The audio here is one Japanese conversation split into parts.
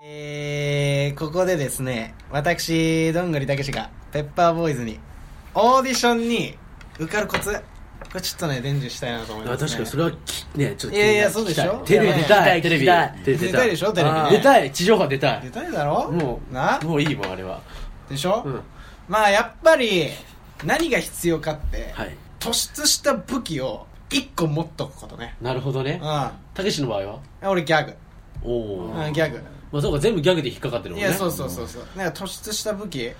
えー、ここでですね、私、どんぐりたけしが、ペッパーボーイズに、オーディションに受かるコツ、これちょっとね、伝授したいなと思いあます、ね。確かにそれはきねちょっといやいやそうでしょテレビいや出いたいやテレビ出たいテレビ出たいでしょテレビねあー出たい地上波出た出いたいだろもうなもういいもんあれはでしょ、うんまあ、やっぱり、何が必要かって、はい突出した武器を1個持っとくことね。なるほどねうたけしの場合はん。俺ギャグ。おおうん、ギャグ。まあそうか全部ギャグで引っかかってるもいんねやそうそうそうそうなんか突出した武器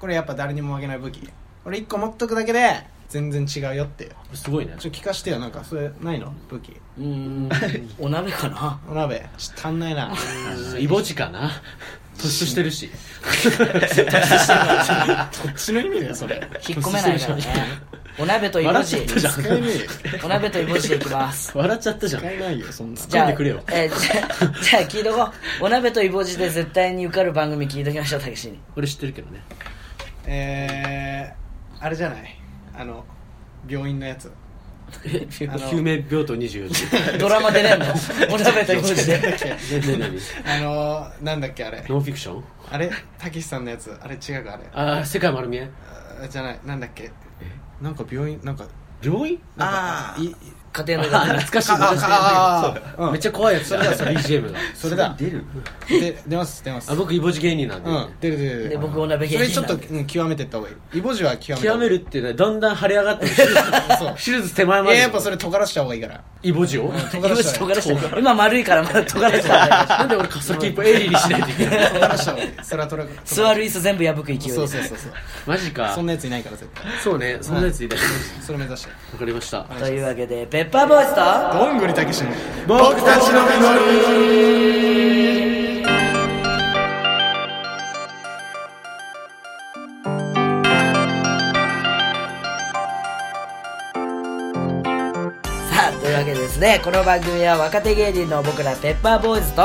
これやっぱ誰にも負けない武器これ1個持っとくだけで全然違うよっていうすごいねちょっと聞かしてよなんかそれないの武器うーんお鍋かなお鍋ちょっと足んないなイボジかな突出してるしどっちの意味だよそれ引っ込めないからね お鍋とイボ笑っジちゃったじゃ ん使えねえよお鍋とイボジでい きます笑っちゃったじゃん使えないよそんなのじゃ突っ込んあでくれよえーじゃあじゃあ聞いとこうお鍋とイボジで絶対に受かる番組聞いときましょうたけしに俺知ってるけどねえー、あれじゃないあの病院のやつあの救命病棟24時ドラマ出れんのお鍋とイボジで ねねねねあのー、なんだっけあれノンフィクションあれたけしさんのやつあれ違うかあれああ世界丸見えあじゃないなんだっけなんか病院なんか病院ああ家庭のあ 懐か中でしいあ昔あそうああめっちゃ怖いやつだ BGM がそれだ出るで出ます出ますあ僕イボジ芸人なんでうねん出る出る出でる僕お鍋そ芸れち人ょっとなんでうん極めてった方がいいイボジは極め極めるっていうのはだんだん腫れ上がって手術そう手術手前まいやでやっぱそれ尖らした方がいいからイボジを尖イボらジした方尖がいらした今丸いからまだ尖らしたなんで俺先っぽ鋭利にしない といけないい尖らした方がいいそれは尖ら座る椅子全部破く勢いでそうそうそうそうマジかそんなやついないから絶対そうねそんなやついないそれ目指してわかりましたというわけでペッパーボーイズとどんぐりたけしの僕たちのさあというわけでですねこの番組は若手芸人の僕らペッパーボーイズと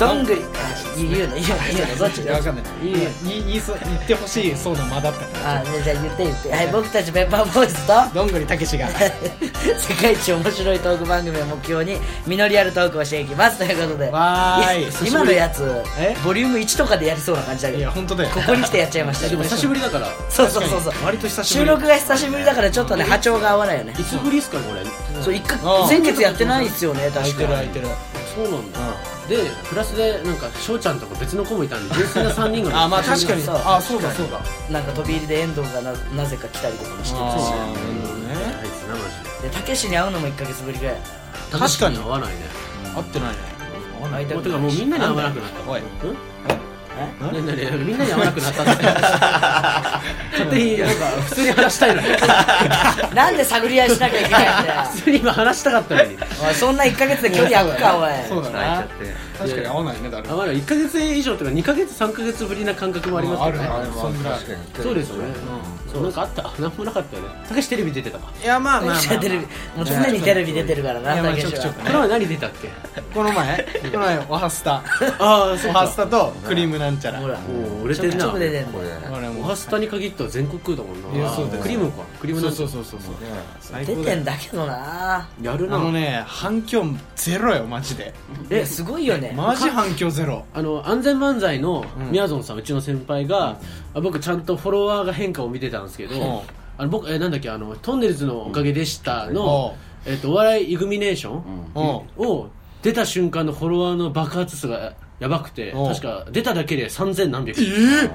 どんぐりあいいよねいいよねいいよねどっいちどやっわちかんないいいいい言いそう言ってほしいそうな間だったからあじゃあ言って言ってはい僕たちペッパーボーイズと どんぐりたけしが世界一面白いトーク番組を目標に実りあるトークをしていきますということでわーいや今のやつえボリューム1とかでやりそうな感じだけいどやこ本当だよこに来てやっちゃいましたでも久しぶりだからそうそうそうそう割と久しぶ収り録が久しぶりだからちょっとね波長が合わないよねいつぶりっすかこれそう一回うん先月やってないですよね空い確てるか空いてるそうなんだでプラスでなんか翔ちゃんとか別の子もいたんで純粋な3人ぐらいあまあ確かにそうあそうだそうだなんか飛び入りで遠藤がななぜか来たりとかもしてるしあーなるほどねあいつなマジでたけしに会うのも1ヶ月ぶりぐらいで確かに合わないね合ってないね合わない会いたもうくてかないもうみんなに合わなくなったおいうんえねねねみんなに合わなくなったって勝手になんか普通に話したいのになんで探り合いしなきゃいけないんだよ普通に今話したかったのにおいそんな1ヶ月で距離空くかおいそうだ泣いちゃなって確かに合わないね誰あもまだ1か月以上とか2か月3か月ぶりな感覚もありますあよるねあるそんぐらい確かにそうですよね、そうなんかあったあなんもなかったよねたけしテレビ出てたかいやまあまあまあたけしはテレビもう常にテレビ出てるからいやなまあたけちしょくはちょくこれは何出たっけこの前この前おはスタああおはスタとクリームなんちゃらほこらおお売れちてょんくちょなく出てんのこれれおもはスタに限っては全国区だもんいやなそうだよクリームかクリームそなうんてそうそうそうそう最出高てだんよだけどなやるあのなね反響ゼロよマジでえすごいよねマジ反響ゼロあの安全漫才のみやぞんさん、うちの先輩が、あ僕ちゃんとフォロワーが変化を見てたんですけど、うんあの僕えなんだっけあのトンネルズのおかげでしたの、えっとお笑いイグミネーション、うんを出た瞬間のフォロワーの爆発数がやばくておう確か出ただけで3000何百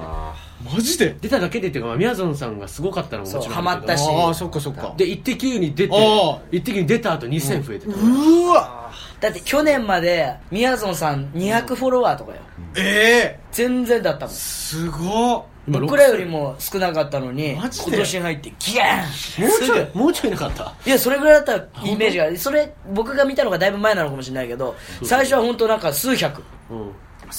マジで出ただけでっていうかまあみやぞんさんがすごかったのももちろんあるけどそうハマったしああそっかそっかで「イッテ Q!」に出ておう「イッテ Q!」に出た後2000増えてた、うわだって去年までみやぞんさん200フォロワーとかよええ全然だったもんすごっ今僕らよ6000りも少なかったのに今マジで年に入ってギャーもうンちょすいもうちょいなかったいやそれぐらいだったらイメージがあるそれ僕が見たのがだいぶ前なのかもしれないけど最初は本当なんか数百うんえ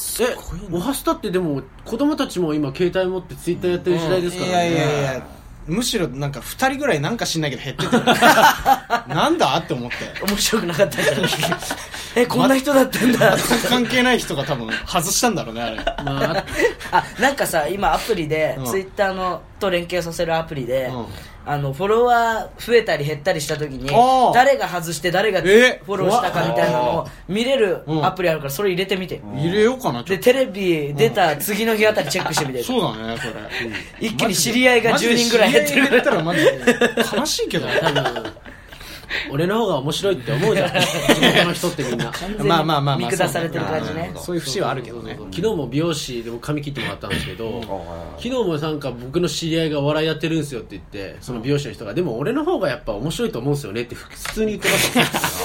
おはスタってでも子供たちも今携帯持ってツイッターやってる時代ですから、いねやいやいやむしろなんか2人ぐらいなんか知んないけど減ってて なんだって思って面白くなかったんじゃない えこんな人だったんだ関係ない人が多分外したんだろうねあれまあ、 あなんかさ今アプリでうんツイッターのと連携させるアプリで、うんあのフォロワー増えたり減ったりした時にあー誰が外して誰がフえォローしたかみたいなの怖をっ見れるうんアプリあるからそれ入れてみて入れようかなちょでっテレビ出た次の日あたりチェックしてみとてそうだねそれ、一気に知り合いが10人ぐらい減ってるマジで知り合い減ったらマジで悲しいけど多分俺の方が面白いって思うじ ゃん地元の人ってみんな全然まあまあまあまあ見下されてる感じねそうそういう節はあるけどね昨日も美容師で僕髪切ってもらったんですけどあ昨日もなんか僕の知り合いがお笑いやってるんですよって言ってその美容師の人がでも俺の方がやっぱ面白いと思うんですよねって普通に言ってました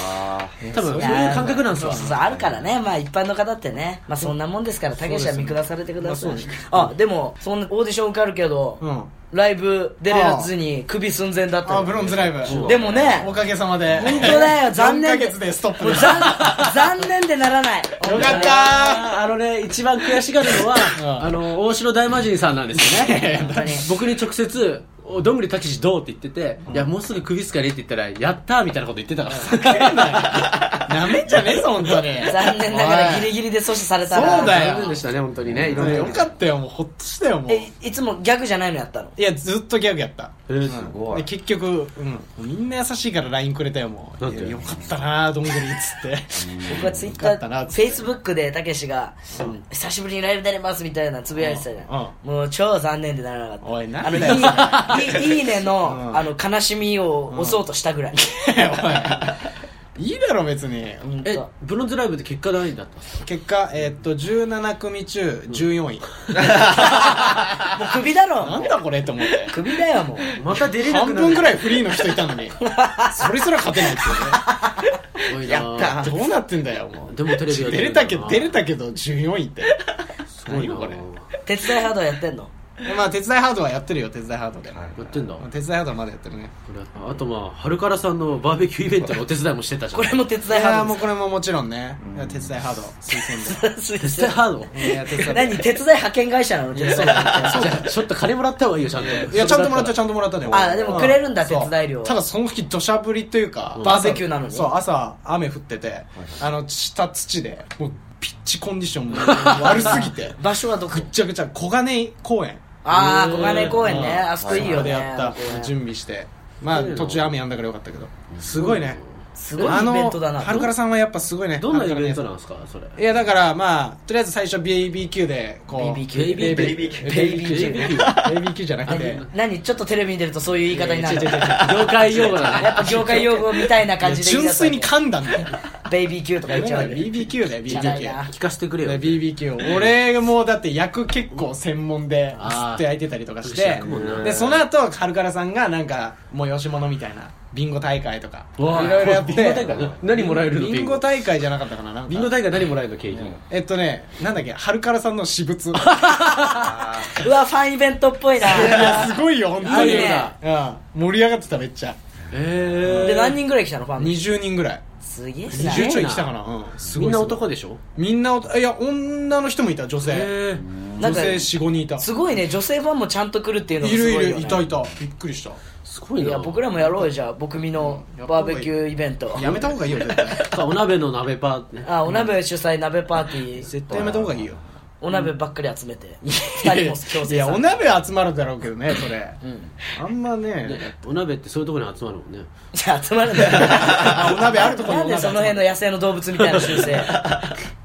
あ多分そういいうやー感覚なんですそうわそうそうあるからねまあ一般の方ってねまあそんなもんですからたけしは見下されてくださいまあそうあでもそんなオーディション受かるけどうんライブ出れずに首寸前だった あよブロンズライブそうでもねおかげさまで本当だよ残念4ヶ月でストップもうです残残念でならないよかったあーあのね一番悔しがるのはうんあの大城大魔神さんなんですよ ね本当に僕に直接おどんぐりたけしどうって言ってて、いや、もうすぐ首っすかねって言ったら、やったーみたいなこと言ってた から。なめんじゃねえぞ本当に残念ながらギリリギリで阻止されたらそうだよ残念でしたね、本当にね。いろんなよかったよもうほっとしたよもうえいつもギャグじゃないのやったのいやずっとギャグやったえーすごいで結局、うん、みんな優しいから LINE くれたよもうなんていやよかったなどんぐりっつって僕はツイッよかタったなー、っフつっェてイスブックでたけしが、久しぶりにライブ出れますみたいなつぶやいてたじゃうんうんん。もう超残念でならなかおいった。なあんの、いだよい、いいいねうの、んあの、悲しみを押そうとしたぐらい。 おいいいだろ別にほんとえ、ブロンズライブで結果何位だったんですか結果えーっと17組中14位、もう首だなんろだこれと思って首だよ、もう。また出れな半くなる。分ぐらいフリーの人いたのにそれすら勝てないっ多いなやったていうねどうなってんだよもうでもテレビは出れたけ出るどな出れたけど14位ってすごいなこれや手伝いハードやってんのまあ手伝いハードはやってるよ手伝いハードで、はいってんだ。手伝いハードはまだやってるねこれあとまあ、春からさんのバーベキューイベントのお手伝いもしてたじゃん。これも手い伝いやハーもーうこれももちろんね、いや手伝いハード推薦でド です。手伝いハードいや手伝い 何手伝い派遣会社なの手伝い派遣じゃあ、ちょっと金もらった方がいいよ、ちゃんと。いやちゃんともらったそちゃんともらったであでもくれるんだ手伝い料ただその日土砂降りというか、バーベキューなのにそう朝雨降ってて、あの下土でもうピッチコンディションも悪すぎ て場所はどこぐっちゃぐちゃ小金井公園ああ、小金井公園ね。うんあそこいいそよこでね。やった準備してまあいいな途中雨やんだからよかったけどすごいねすごいイベントだな。あの春からさんはやっぱすごいねどんなイ春からベねントなんですか、それ。いやだからまあとりあえず最初 BBQ でこう BBQ ベイベイ BBQ ベイビー BBQ BBQ じゃなく て何ちょっとテレビに出るとそういう言い方になる違う違う違う業界用語だやっね。ぱ業界用語みたいな感じで言純い出すわ粋けに噛んだんだよベイビー級とか言っちゃうわけ BBQ だよじゃないな BBQ 聞かせてくれよ。ね BBQ 俺もうだって役結構専門でずあーっと焼いてたりとかしうてん焼くもんなでその後はるからさんがなんか催し物みたいなビンゴ大会とかいわあろいろやってビンゴ大会な何もらえるのビンゴ大会じゃなかったかななんかビンゴ大会何もらえるの、景品。えっとねなんだっけはるからさんの私物 いうわファンイベントっぽいなやすごいよ本当にいいねうん盛り上がってためっちゃえで何人ぐらい来たのファン20人ぐらいすげえな20ちょい来たかなうんすごみいすごんない男でしょみんな男いや女の人もいた女性えなん女か性45人いたすごいね女性ファンもちゃんと来るっていうのいがすごるいいよ、るね、いたいたびっくりしたすごいいなや僕らもやろうよじゃあ僕みのバーベキューイベントやめた方がいいよ絶対絶お鍋の鍋パーねあお鍋主催鍋パーティー対やめた方がいいよお鍋ばっかり集めて2人も強い制や参お加鍋は集まるだろうけどねそれうんあんまねねお鍋ってそういうところに集まるもんねじゃあ集まるんだよあお鍋あるとこになんでその辺の野生の動物みたいな習 性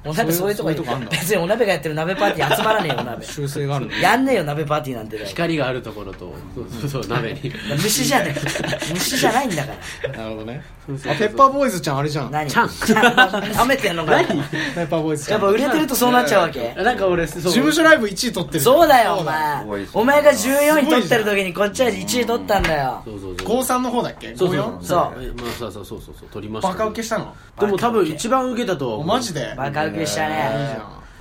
お鍋そういうとこそういうとこあんの別にお鍋がやってる鍋パーティー集まらねえよお鍋習性があるのやんねえよ鍋パーティーなんてだよ光があるところとそうそうそう鍋に虫じゃねえ虫じゃないんだからなるほどねあペッパーボーイズちゃんあれじゃんペ何ちゃんちゃんめてんのかよッパーボーイズちやゃっんぱ売れてるとそうなっちゃうわけあ なんか俺そう事務所ライブ1位取ってるそうだよおすごい前ですねお前が14位取ってる時にこっちは1位取ったんだよそうそうそう高3の方だっけそうそう54そうえまあそうそうそうそうそう取りましたバカ受けしたのでも多分一番受けたとはお思うマジでバカ受けしいたいじねゃ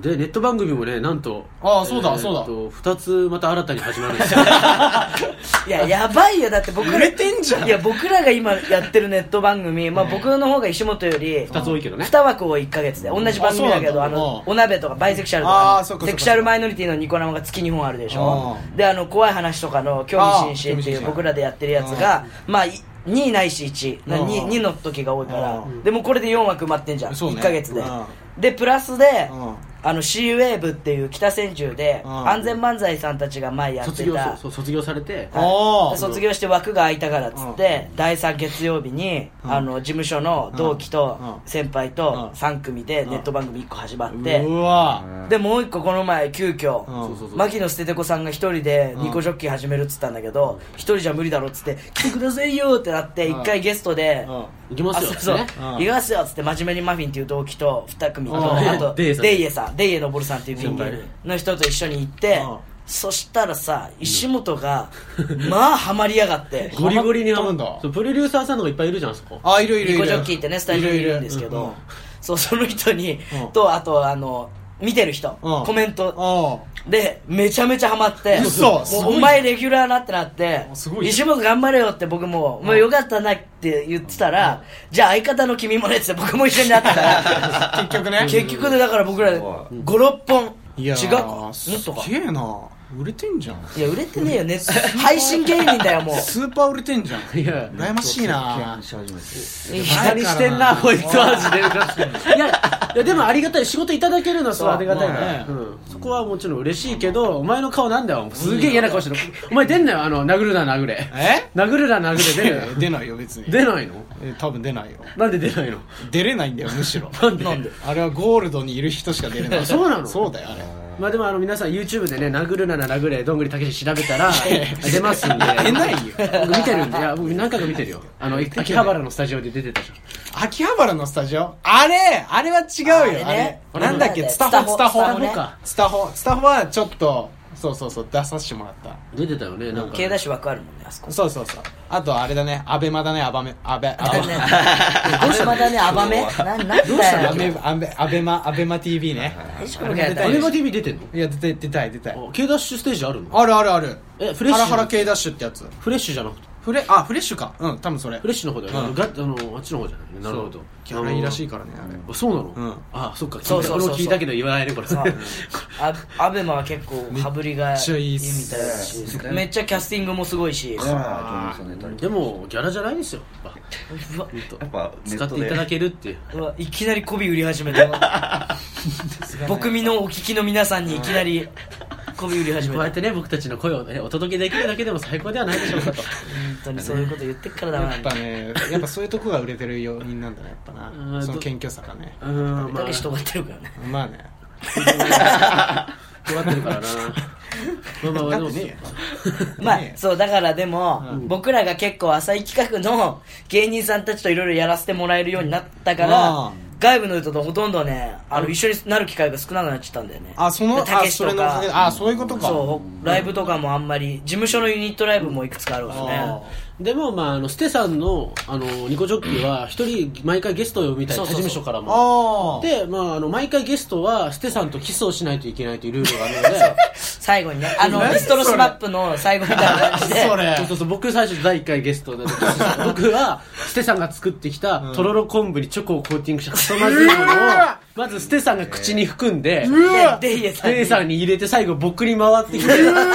んでネット番組もねなんとああそうだえーっとそ二つまた新たに始まるん ですよいややばいよだって僕ら売れてんじゃんいや僕らが今やってるネット番組まあ僕の方が石本より二つ多いけどね2枠を1ヶ月で同じ番組だけどあそうなあんだのうんお鍋とかバイセクシャルとあーかそっのかそっかセクシャルマイノリティのニコ生が月2本あるでしょうであの怖い話とかの興味津々っていあー興味津う々僕らでやってるやつがまあい2位ないし1位なうん 2, 2の時が多いからうんでもうこれで4枠埋まってんじゃんそうね1ヶ月でうんでプラスでうんあのシーウェーブっていう北千住でうん安全漫才さんたちが前やって卒業そうたそう卒業されてあおはーい、卒業して枠が空いたからっつって、第3月曜日に、うんあの事務所の同期とうん先輩うとん3組でネット番組1個始まって、うわうんでもう1個この前急遽、うんそうそうそう牧野捨て子さんが1人でうんニコジョッキー始めるっつったんだけど1人じゃ無理だろっつって「来てくださいよ」ってなってうん1回ゲストでうん行きますよあそうそうねうん行きますよっつって真面目にマフィンっていう同期と2組とうんあとデイさんデイエさんデイエのぼるさんっていうピン芸人の人と一緒に行ってうんそしたらさ石本 がまあハマりやがってゴリゴリにハマったもんだそうプロデューサーさんのがいっぱいいるじゃんそこあいるいるいニるコジョッキーってねスタジオにいるんですけうどんそうその人にうんとあとあの見てる人うんコメントあでめちゃめちゃハマって嘘すもごういお前レギュラーなってなってすごい石本頑張れよって僕ももうよかったなって言ってたらじゃあ相方の君もねっつって僕も一緒になったからあ結局ね結局でだから僕らすご56本い違やうーかもっとかすげえな売れてんじゃんいや売れてねえよね配信芸人だよもうスーパー売れてんじゃんいや羨ましいなし始めて下にしてんなこいつマジでいやいやでもありがたい仕事いただけるのはすごいありがたいまあねねうんそこはもちろん嬉しいけどお前の顔なんだよすげえ嫌な顔してるお前出んなよあの殴るな殴れえ殴るな殴れ出る な 出ないよ別に出ないのえ多分出ないよなんで出ないの出れないんだよむしろなんであれはゴールドにいる人しか出れないそうなのそうだよあれまあでもあの皆さん YouTube でね殴るなら殴れどんぐりたけし調べた ら出ますんで出ないよ僕見てるんでいや僕何回か見てるよあの 秋葉原のスタジオで出てたじゃん秋葉原のスタジオあれあれは違うよああれれねなんだっけなんだっけツタホツツタタホホツタホねかツタホツタホはちょっとそうそうそう出させてもらった出てたよねなんか経済誌枠あるもんねあそこそうそうそうあとあれだねアベマだねアバメアベアあれねどうしただねアバメななんだよアベアベアベマアベマ TV ね石本がやったアらベマ TV 出てんのいや出て出たい出たいあ K ダッシュステージあるのあるあるあるえフレッシュハラハラ系ダッシュってやつフレッシュじゃなくてフレあフレッシュかうん多分それフレッシュの方だよね、うんガッあのあっちの方じゃないねなるほどキャラいいらしいからねあれあそうなの、うんあそっかそうそうそう俺そうも聞いたけど言わないねこれああアベマは結構羽振りがいめいっちゃいいっみすたいだしめっちゃキャスティングもすごいしあーや でもギャラじゃないですよやっぱうわほんとっぱネ使ッっトていでただけるっていううわいきなり媚び売り始めた僕みのお聞きの皆さんにいきなり媚び売り始めこうたやってね僕たちの声を、ね、お届けできるだけでも最高ではないでしょうかと本当にそういうこと言ってっからだなやっぱねやっぱそういうとこが売れてる要人なんだねやっぱうなんその謙虚さがねうーんまたあけしとがって るからねまあね尖ってるからなまあまあまあでもねまあね、えそう、だからでも、うん僕らが結構浅い企画の芸人さんたちといろいろやらせてもらえるようになったから、うん外部の人とほとんどね、あの、一緒になる機会が少なくなっちゃったんだよね。あそのでたあけしそとれのか、あそういうことかそう、ライブとかもあんまり、事務所のユニットライブもいくつかあるからね。でもまああのステさんのあのニコジョッキーは一人毎回ゲストを呼びたいそ他うそう事そう務所からもあで、まあ、あの毎回ゲストはステさんとキスをしないといけないというルールがあるので最後にね、あの、何ピストルスマップの最後みたいな感じで、 それそうそうそう僕最初第1回ゲストで 僕はステさんが作ってきたとろろ昆布にチョコをコーティングしたクソまずいものをまずステさんが口に含んで で、デイエさんステに。さんに入れて最後僕に回ってきてうわマ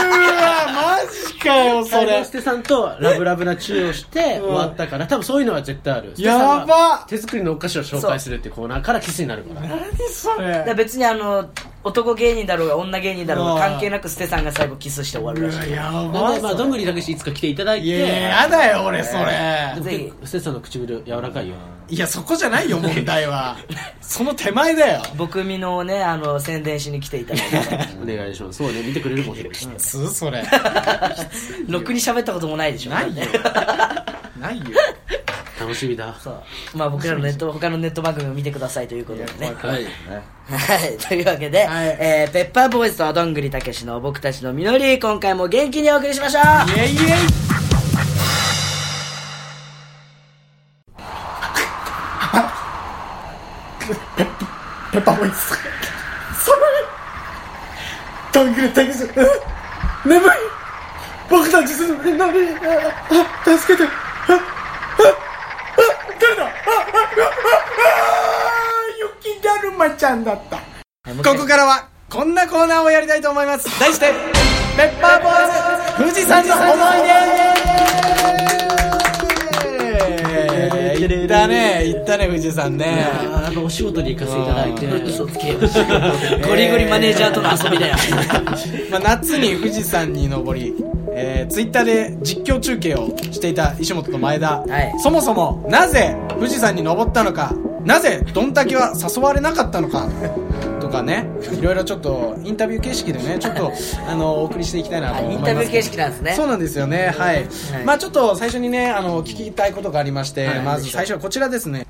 ジかよそそれれステさんとラブラブなチューをして終わったから多分そういうのは絶対あるステさんはやば手作りのお菓子を紹介するっていうコーナーからキスになるから何そだかられ別にあの、男芸人だろうが女芸人だろうがうん関係なくステさんが最後キスして終わるらしい。やなのばでまあどんぐりたけしいつか来ていただいいやてやだよ俺それぜひステさんの唇柔らかいよいやそこじゃないよ問題はその手前だよ僕みのをねあの宣伝しに来ていただい てお願いしますそうね見てくれるもんね普通それろくに喋ったこともないで しょないよないよ楽しみだそうまあ僕らの ネット他のネット番組を見てくださいということでいやね怖はいはい というわけで、はいえーペッパーボーイズとどんぐりたけしの僕たちの実り今回も元気にお送りしましょうイエイイエイペッパーボーイズ 寒いどんぐりたけしうん眠い僕たちすんなにあ助けてあああ誰だああああ雪だるまちゃんだったここからはこんなコーナーをやりたいと思います題して「ペッパーボーイズ富士山の思い出」行ったね行ったね富士山ねあーやっぱお仕事に行かせていただいて嘘つけよゴリゴリマネージャーとの遊 びだよまあ、夏に富士山に登り、えー、ツイッターで実況中継をしていた石本と前田、はいそもそもなぜ富士山に登ったのかなぜドンタキは誘われなかったのかとかねいろいろちょっとインタビュー形式でねちょっとあのお送りしていきたいなとあ思イいンますタビュー形式なんですねそうなんですよねはい、はいまあちょっと最初にねあの聞きたいことがありまして、はいまず最初はこちらですね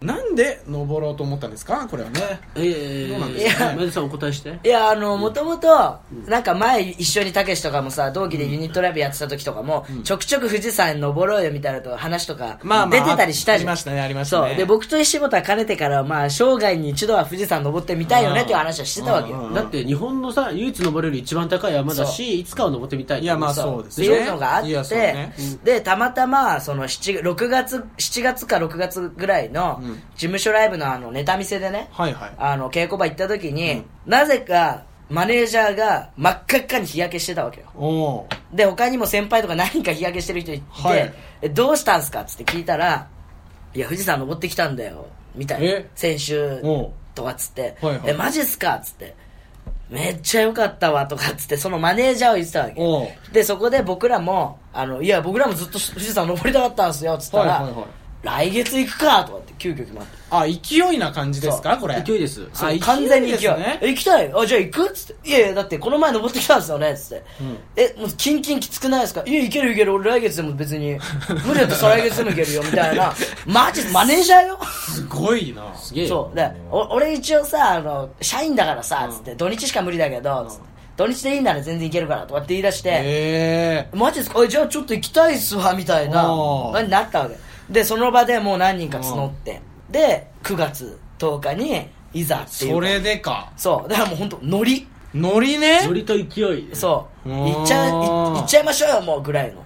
なんで登ろうと思ったんですかこれはねええどうなんでですすかか前田さんお答えしていやあのもともとなんか前一緒にたけしとかもさ同期でユニットライブやってた時とかも、ちょくちょく富士山登ろうよみたいなと話とかまあま出あてたりしたありじゃん、ましたねありましたねそうで僕と石本はかねてからまあ生涯に一度は富士山登ってみたいよねっていう話はしてたわけよ、うんだって日本のさ唯一登れる一番高い山だしいつかは登ってみたいいやまあさそうですってねいうのがあって、いやそうねでたまたまその7 6月7月か6月ぐらいのうん事務所ライブのあのネタ見せでね、はいはいあの稽古場行った時に、なぜかマネージャーが真っ赤っかに日焼けしてたわけよおおーで他にも先輩とか何人か日焼けしてる人いて、はいえどうしたんすかっつって聞いたら「いや富士山登ってきたんだよ」みたいなえ先週おうとかっつって「はいはいえマジっすか?」っつって「めっちゃ良かったわ」とかっつってそのマネージャーを言ってたわけおうでそこで僕らも「あのいや僕らもずっと富士山登りたかったんすよ」っつったら、はいはいはい来月行くか」とかって急遽決まってあ勢いな感じですかこれ勢いですあ勢い完全に行できすよ、ねえ行きたいあじゃあ行くっつって「いやいやだってこの前登ってきたんですよね」っつって「んえもうキンキンきつくないですかいや行ける行ける俺来月でも別に無理だったら再来月でも行けるよ」みたいなマジマネージャーよすごいなすげえそうでお俺一応さあの社員だからさつって、土日しか無理だけど、つって土日でいいなら全然行けるからとかって言い出して、へえマジですかあじゃあちょっと行きたいっすわみたいなおーなになったわけでその場でもう何人か募ってで9月10日にいざっていうそれでかそうだからもう本当ノリノリねノリと勢いそおうー行っちゃい行っちゃいましょうよもうぐらいの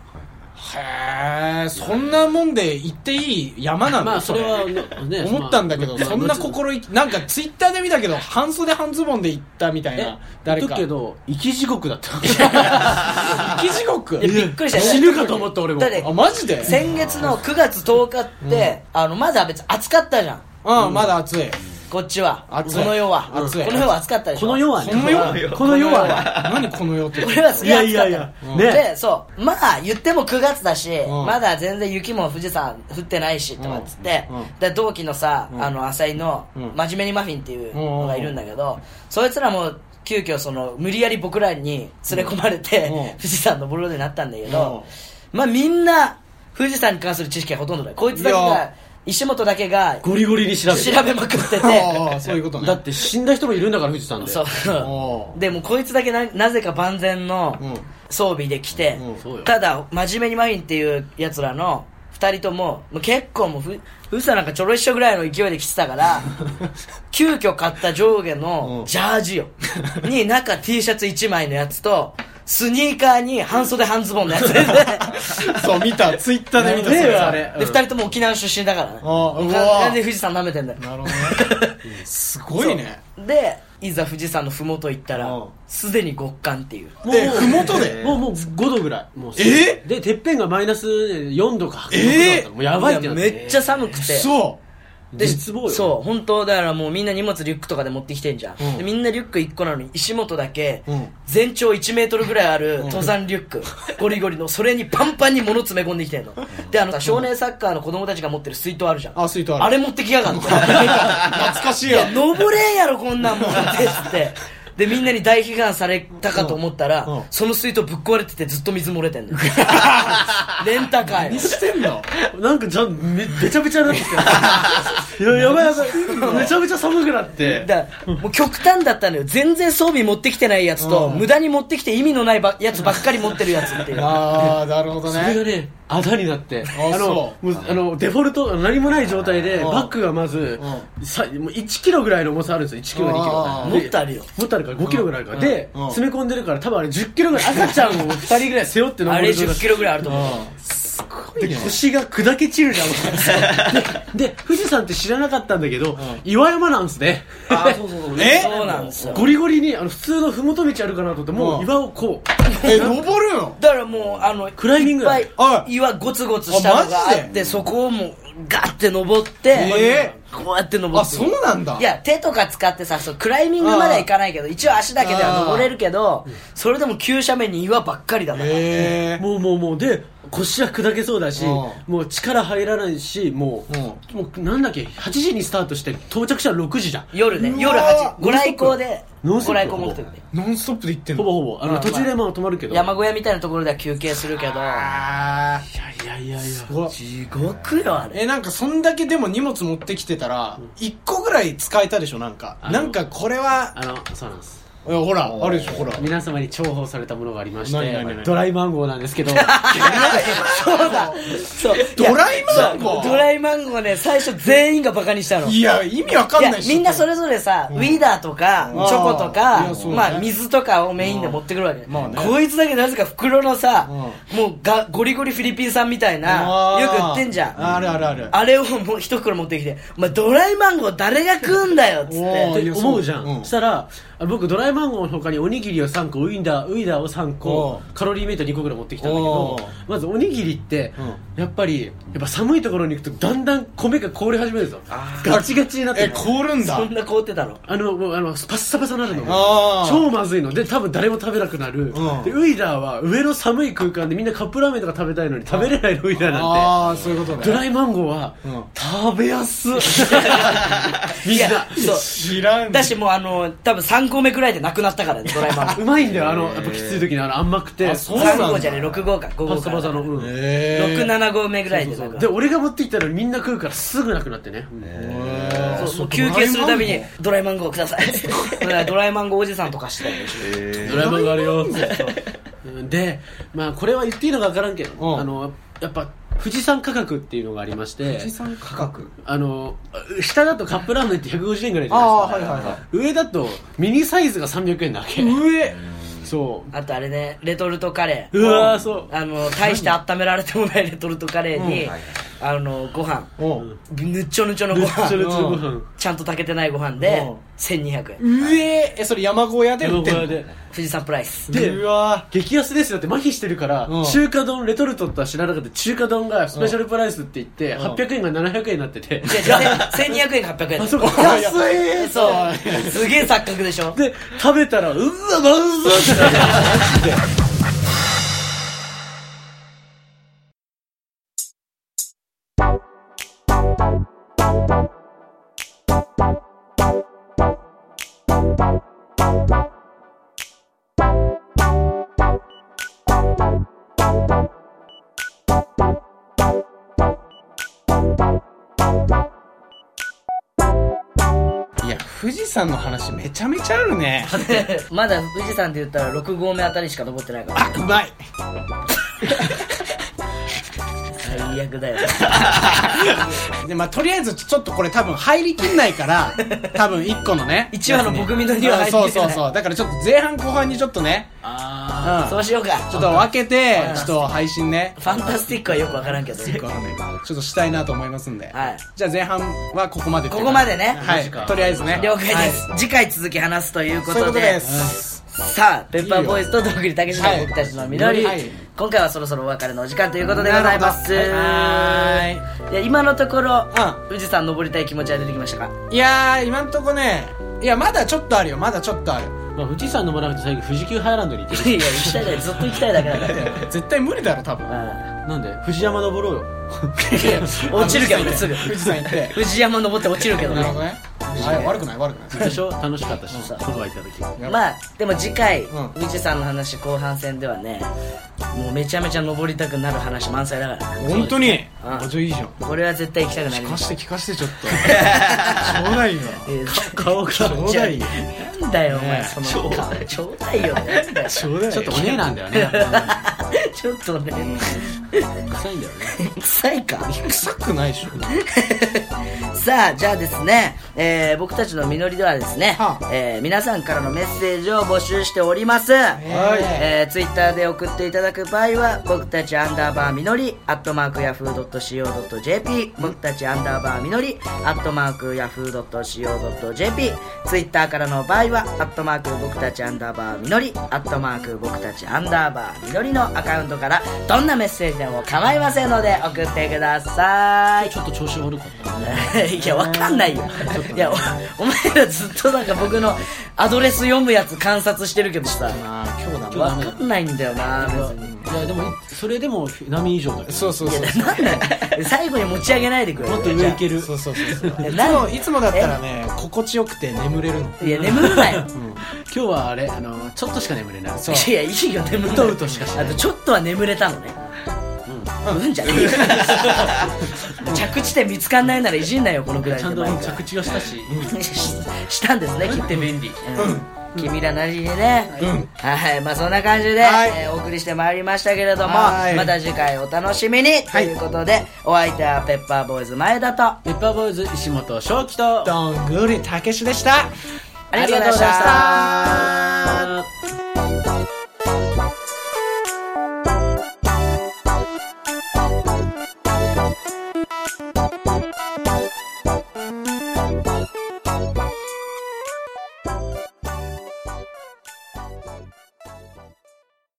へえそんなもんで行っていい山なんだまあそれはね思ったんだけど、まあそんな心意気なんかツイッターで見たけど半袖半ズボンで行ったみたいえな誰誰かかけど生き地獄だった生き地獄 いやびっくりした死ぬかと思った俺もだってあマジで先月の9月10日って、あのまだ別に暑かったじゃんうんまだ暑いこっちは暑いこの世は暑いこの世は暑かったでしょこの世はねこの世この世は何この世って俺はすげえ暑かったいやいやいやでねそうまあ言っても9月だし、うんまだ全然雪も富士山降ってないしとかっつって、うんうんで同期のさ、あの浅井の、うん真面目にマフィンっていうのがいるんだけど、そいつらも急遽その無理やり僕らに連れ込まれて、うん富士山登るようになったんだけど、まあみんな富士山に関する知識はほとんどないこいつだけいがや石本だけが調ゴリゴリに調べてべまくっててああそういうことねだって死んだ人もいるんだから富士山でそうおーでもこいつだけななぜか万全のうん装備で来て、うんそうよただ真面目にマフィンっていうやつらの2人とももう結構もうふふさなんかちょろいっしょぐらいの勢いで来てたから 急遽買った上下うのんジャージよ に中 T シャツ1枚のやつとスニーカーに半袖半ズボン のやつでそう見たツイッターで見たねえそれわそれうんで2人とも沖縄出身だからねあーうわー完全に富士山舐めてんだよなるほどねすごいねでいざ富士山の麓行ったらうんすでに極寒っていうもうで麓でもうもう5度ぐらいもうえでてっぺんがマイナス4度かえ8度だったもうやばいってなっめてっちゃ寒くてそで絶望よそう本当だからもうみんな荷物リュックとかで持ってきてんじゃん、うんでみんなリュック1個なのに石本だけうん全長1メートルぐらいある登山リュック、ゴリゴリのそれにパンパンに物詰め込んできてんの、であの少年サッカーの子供たちが持ってる水筒あるじゃんあ水筒あるれ持ってきやがっ て懐かしいいよや登れんやろこんなんもんってっつってでみんなに大批判されたかと思ったら、うんうんその水筒ぶっ壊れててずっと水漏れてんの レンタカーよしてんのなんかじゃんめべちゃべちゃになってき たいややばいやばいめちゃめちゃ寒くなってだからもう極端だったのよ全然装備持ってきてないやつと、うん無駄に持ってきて意味のないばやつばっかり持ってるやつっていうああなるほどそれがねねあだになってああのそもうあのデフォルト何もない状態でうんバッグがまずうさもう1キロぐらいの重さあるんですよ1キロ2キあーロもっとあるよもっとあるから5キロぐらいあるからでうん詰め込んでるから多分あれ1 0キロぐらい赤ちゃんを2人ぐらい背負ってあ登れる1状態0キロぐらいあると思ういねで腰が砕け散るじゃん でで富士山って知らなかったんだけど、岩山なんですねあそうそうそうえそうなんですよゴリゴリにあの普通の麓道あるかなと思ってもうんう岩をこえ登るのだからもうあのクライミングいっだぱおい岩ゴツゴツしたのがああっマジてそこをもうガッて登って、えこうやって登あってそうなんだいや手とか使ってさそうクライミングまではいかないけど一応足だけでは登れるけどそれでも急斜面に岩ばっかりだから、ええもうもうもうで腰は砕けそうだしうんもう力入らないしもううんもうなんだっけ8時にスタートして到着したら6時じゃん夜ねうわ夜8時ご来光でノンストごッ来プ光持ってるねノンストップで行ってんほのぼほぼあまのあ途中でまあ止まるけど山小屋みたいなところでは休憩するけどあいやいやいやいやーうわ地獄よあれえなんかそんだけでも荷物持ってきてたら一個ぐらい使えたでしょなんかあのなんかこれはあのそうなんですいやほらあるでしょほら皆様に重宝されたものがありまし何何何てドライマンゴーなんです けどそうだそうドライマンゴードライマンゴーね最初全員がバカにしたのいや意味わかんいやないしみんなそれぞれさ、ウィーダーとか、うんチョコといかや、そうねまあ水とかをメインで持ってくるわけ、まあねこいつだけなぜか袋のさ、もうがゴリゴリフィリピンさんみたいなあーよく売ってんじゃんああるあるあるれをもう一袋持ってきて「お前ドライマンゴー誰が食うんだよ」っつっおーてって思うじゃん、いやそううんしたらあ僕ドライマンゴーの他におにぎりを3個ウインダーウイダーを3個うカロリーメイト2個ぐらい持ってきたんだけどうまずおにぎりって、やっぱりやっぱ寒いところに行くとだんだん米が凍り始めるぞガチガチになってえる凍るんだそんな凍ってたのあのもうあのパッサパサになるのあー超まずいので多分誰も食べなくなる、うんでウイダーは上の寒い空間でみんなカップラーメンとか食べたいのに食べれないのウイダーなんてああそういうことねドライマンゴーは、ん食べやす みんいなやそう知らんだしもうあの多分3個目くらいでなくなったからねドライマンゴーうまいんだよあのやっぱきつい時にあの甘くてあそうなんだ3号じゃね6号か5パ号スタかパサの、うんええ67号目ぐらいでなくなったで俺が持ってきたのにみんな食うからすぐなくなってね、えそうもう休憩するたびに「ドライマンゴーください」 ドライマンゴーおじさんとかしてたよドライマンがあるようんでまあこれは言っていいのか分からんけど、うんあのやっぱ富士山価格っていうのがありまして富士山価格あの下だとカップラーメンって150円ぐらいじゃああなはいいですはいかは上だとミニサイズが300円だけい上そうあとあれねレトルトカレーうわーそうあの大して温められてもないレトルトカレーに、あのご飯おうぬっちょぬちょのル ごッチョル飯ッチョご飯ちゃんと炊けてないご飯でうん1200円上えそれ山小屋で売って小屋んで富士山プライスのうわ激安ですよって麻痺してるから、うん中華丼レトルトとは知らなかった中華丼がスペシャルプライスって言って、800円が700円になってて、違う違う1200円か800円あ そうか 安いそうすげえ錯覚でしょで食べたらうわまずそうってなっていや富士山の話めちゃめちゃあるね まだ富士山で言ったら6合目あたりしか登ってないからうまい最悪だよでまあとりあえずちょっとこれ多分入りきんないから 多分1個のね一話の僕みのには入りきんそなういそうそうだからちょっと前半後半にちょっとねあうそんうしようかちょっと分けてうんちょっと配信ねファンタスティックはよくわからんけどちょっとしたいなと思いますんで、はいじゃあ前半はここまでここまでねはいとりあえずね了解はいです、次回続き話すというこそういうこととでです、さあペッパーボーイズとドッグリたけしのはい僕たちの緑、はい今回はそろそろお別れのお時間ということでございますなるほどはいいや今のところ、う富士山登りたい気持ちは出てきましたかいやー今んとこねいやまだちょっとあるよまだちょっとあるーまあ富士山登らなくて最後富士急ハイランドに行ってるいや行きたいだけずっと行きたいだけ だから絶対無理だろ多分なんで富士山登ろうよ落ちるけどね すぐ富士山行って富士山登って落ちるけどなるほどねねあれ悪くない悪くないで しょ楽しかったし僕が行った時どまあでも次回、うん富士山の話後半戦ではねもうめちゃめちゃ登りたくなる話満載だから本当にうんあじゃあいいじゃんこれは絶対行きたくな聞りまかししたて聞かしてちょっとちょうだいよえー顔 がちょうだいよなんだよお前その顔ちょうだいよなんだよちょうだいよちょっとお姉なんだよ ねちょっとね臭いんだよね臭いか臭くないでしょさあじゃあですね、えー僕たちの実りではですねは、えー皆さんからのメッセージを募集しております。はいえー、ツイッターで送っていただく場合は、僕たちアンダーバーみのり、アットマークヤフー .co.jp、僕たちアンダーバーみのり、アットマークヤフー .co.jp、ツイッターからの場合は、アットマーク僕たちアンダーバーみのり、アットマーク僕たちアンダーバーみのりのアカウントから、どんなメッセージでも構いませんので、送ってくださいち。ょっと調子悪かったね いや、わかんないよ。いや、おお前らずっとなんか僕のアドレス読むやつ観察してるけどさ、まあ今日だなわかんないんだよな、別に。いやでもそれでも波以上だよそうそうそうなんだよ最後に持ち上げないでくれよもっと上いけるそうそうそうそうえいつなもんいつもだったらね心地よくて眠れるのいや眠るなよ 今日はあれあのちょっとしか眠れないそういやいいよ眠るうとうとしかしなあいとちょっとは眠れたのねうん、 うんじゃねえよ着地点見つかんないならいじんなよこのぐらいちでゃんと毎回着地がしたし ししたんですねきっと便利うん、君らなりにね、うんはいまあそんな感じで、はいえーお送りしてまいりましたけれどもはいまた次回お楽しみに、はいということでお相手はペッパーボーイズ前田とペッパーボーイズ石本正樹とどんぐりたけしでしたありがとうございましたありがとうございました